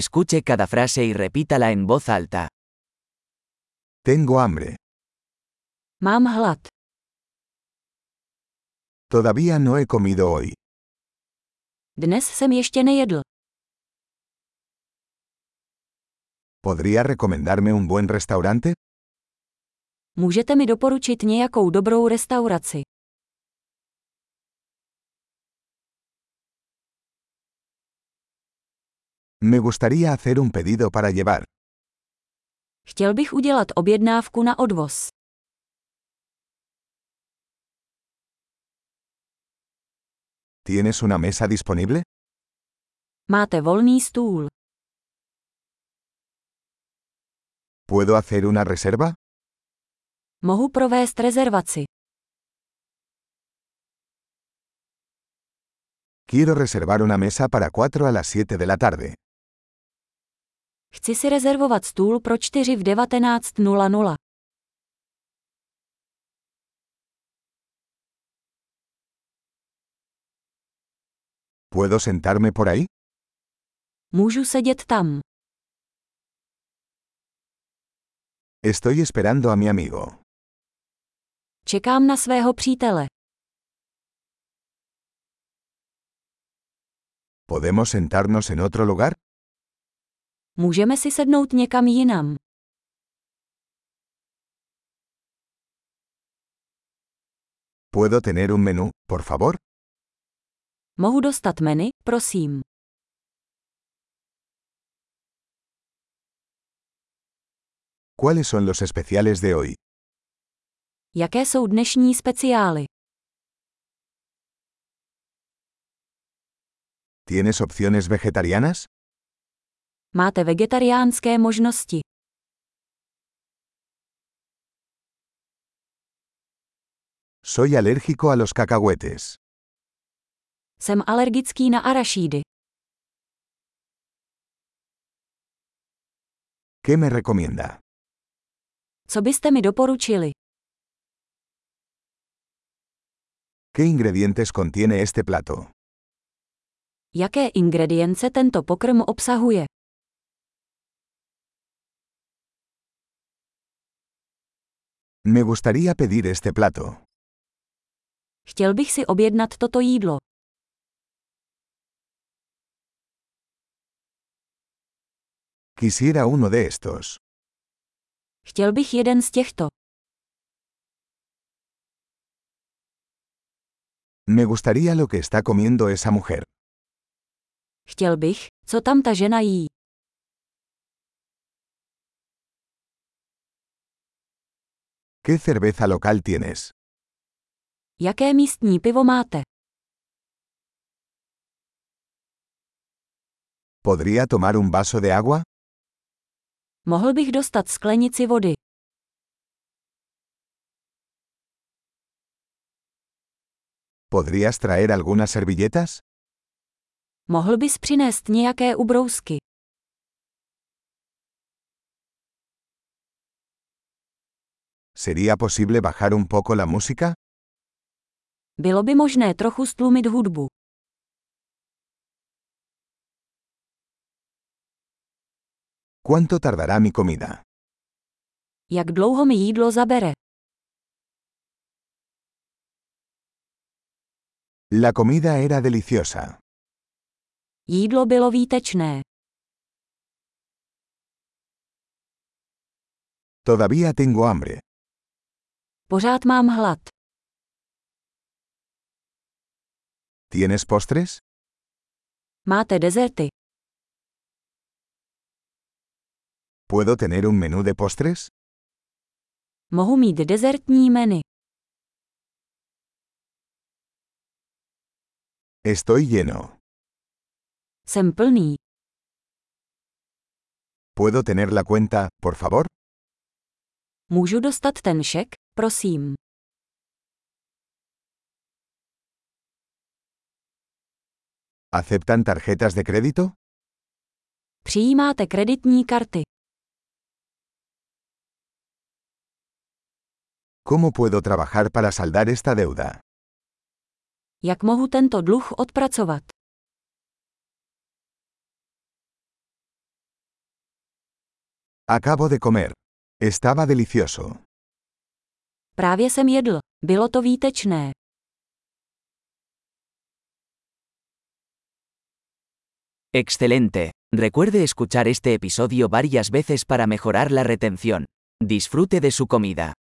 Escuche cada frase y repítala en voz alta. Tengo hambre. Mám hlad. Todavía no he comido hoy. Dnes jsem ještě nejedl. ¿Podría recomendarme un buen restaurante? Můžete mi doporučit nějakou dobrou restauraci. Me gustaría hacer un pedido para llevar. Chtěl bych udělat objednávku na odvoz. ¿Tienes una mesa disponible? Máte volný stůl. ¿Puedo hacer una reserva? Mohu provést rezervaci. Quiero reservar una mesa para 4 a las 7 de la tarde. Chci si rezervovat stůl pro 4 v 19.00. ¿Puedo sentarme por ahí? Můžu sedět tam. Estoy esperando a mi amigo. Čekám na svého přítele. ¿Podemos sentarnos en otro lugar? Můžeme si sednout někam jinam. ¿Puedo tener un menú, por favor? Mohu dostat menu, prosím. ¿Cuáles son los especiales de hoy? Jaké jsou dnešní speciály? ¿Tienes opciones vegetarianas? Máte vegetariánské možnosti. Soy alérgico a los cacahuetes. Jsem alergický na arašídy. ¿Qué me recomienda? Co byste mi doporučili? ¿Qué ingredientes contiene este plato? Jaké ingredience tento pokrm obsahuje? Me gustaría pedir este plato. Chtěl bych si objednat toto jídlo. Quisiera uno de estos. Chtěl bych jeden z těchto. Me gustaría lo que está comiendo esa mujer. Chtěl bych, co tam ta žena jí. ¿Qué cerveza local tienes? Jaké místní pivo máte? ¿Podría tomar un vaso de agua? Mohl bych dostat sklenici vody. ¿Podrías traer algunas servilletas? Mohl bys přinést nějaké ubrousky. ¿Sería posible bajar un poco la música? Bylo by možné trochu stlumit hudbu. ¿Cuánto tardará mi comida? Jak dlouho mi jídlo zabere? La comida era deliciosa. Jídlo bylo výtečné. Todavía tengo hambre. Pořád mám hlad. ¿Tienes postres? Máte dezerty. ¿Puedo tener un menú de postres? Mohu mít dezertní menu. Estoy lleno. Jsem plný. ¿Puedo tener la cuenta, por favor? Můžu dostat ten šek, prosím. ¿Aceptan tarjetas de crédito? Přijímáte kreditní karty. ¿Cómo puedo trabajar para saldar esta deuda? Jak mohu tento dluh odpracovat? Acabo de comer. Estaba delicioso. Právě jsem jedl. Bylo to výtečné. Excelente. Recuerde escuchar este episodio varias veces para mejorar la retención. Disfrute de su comida.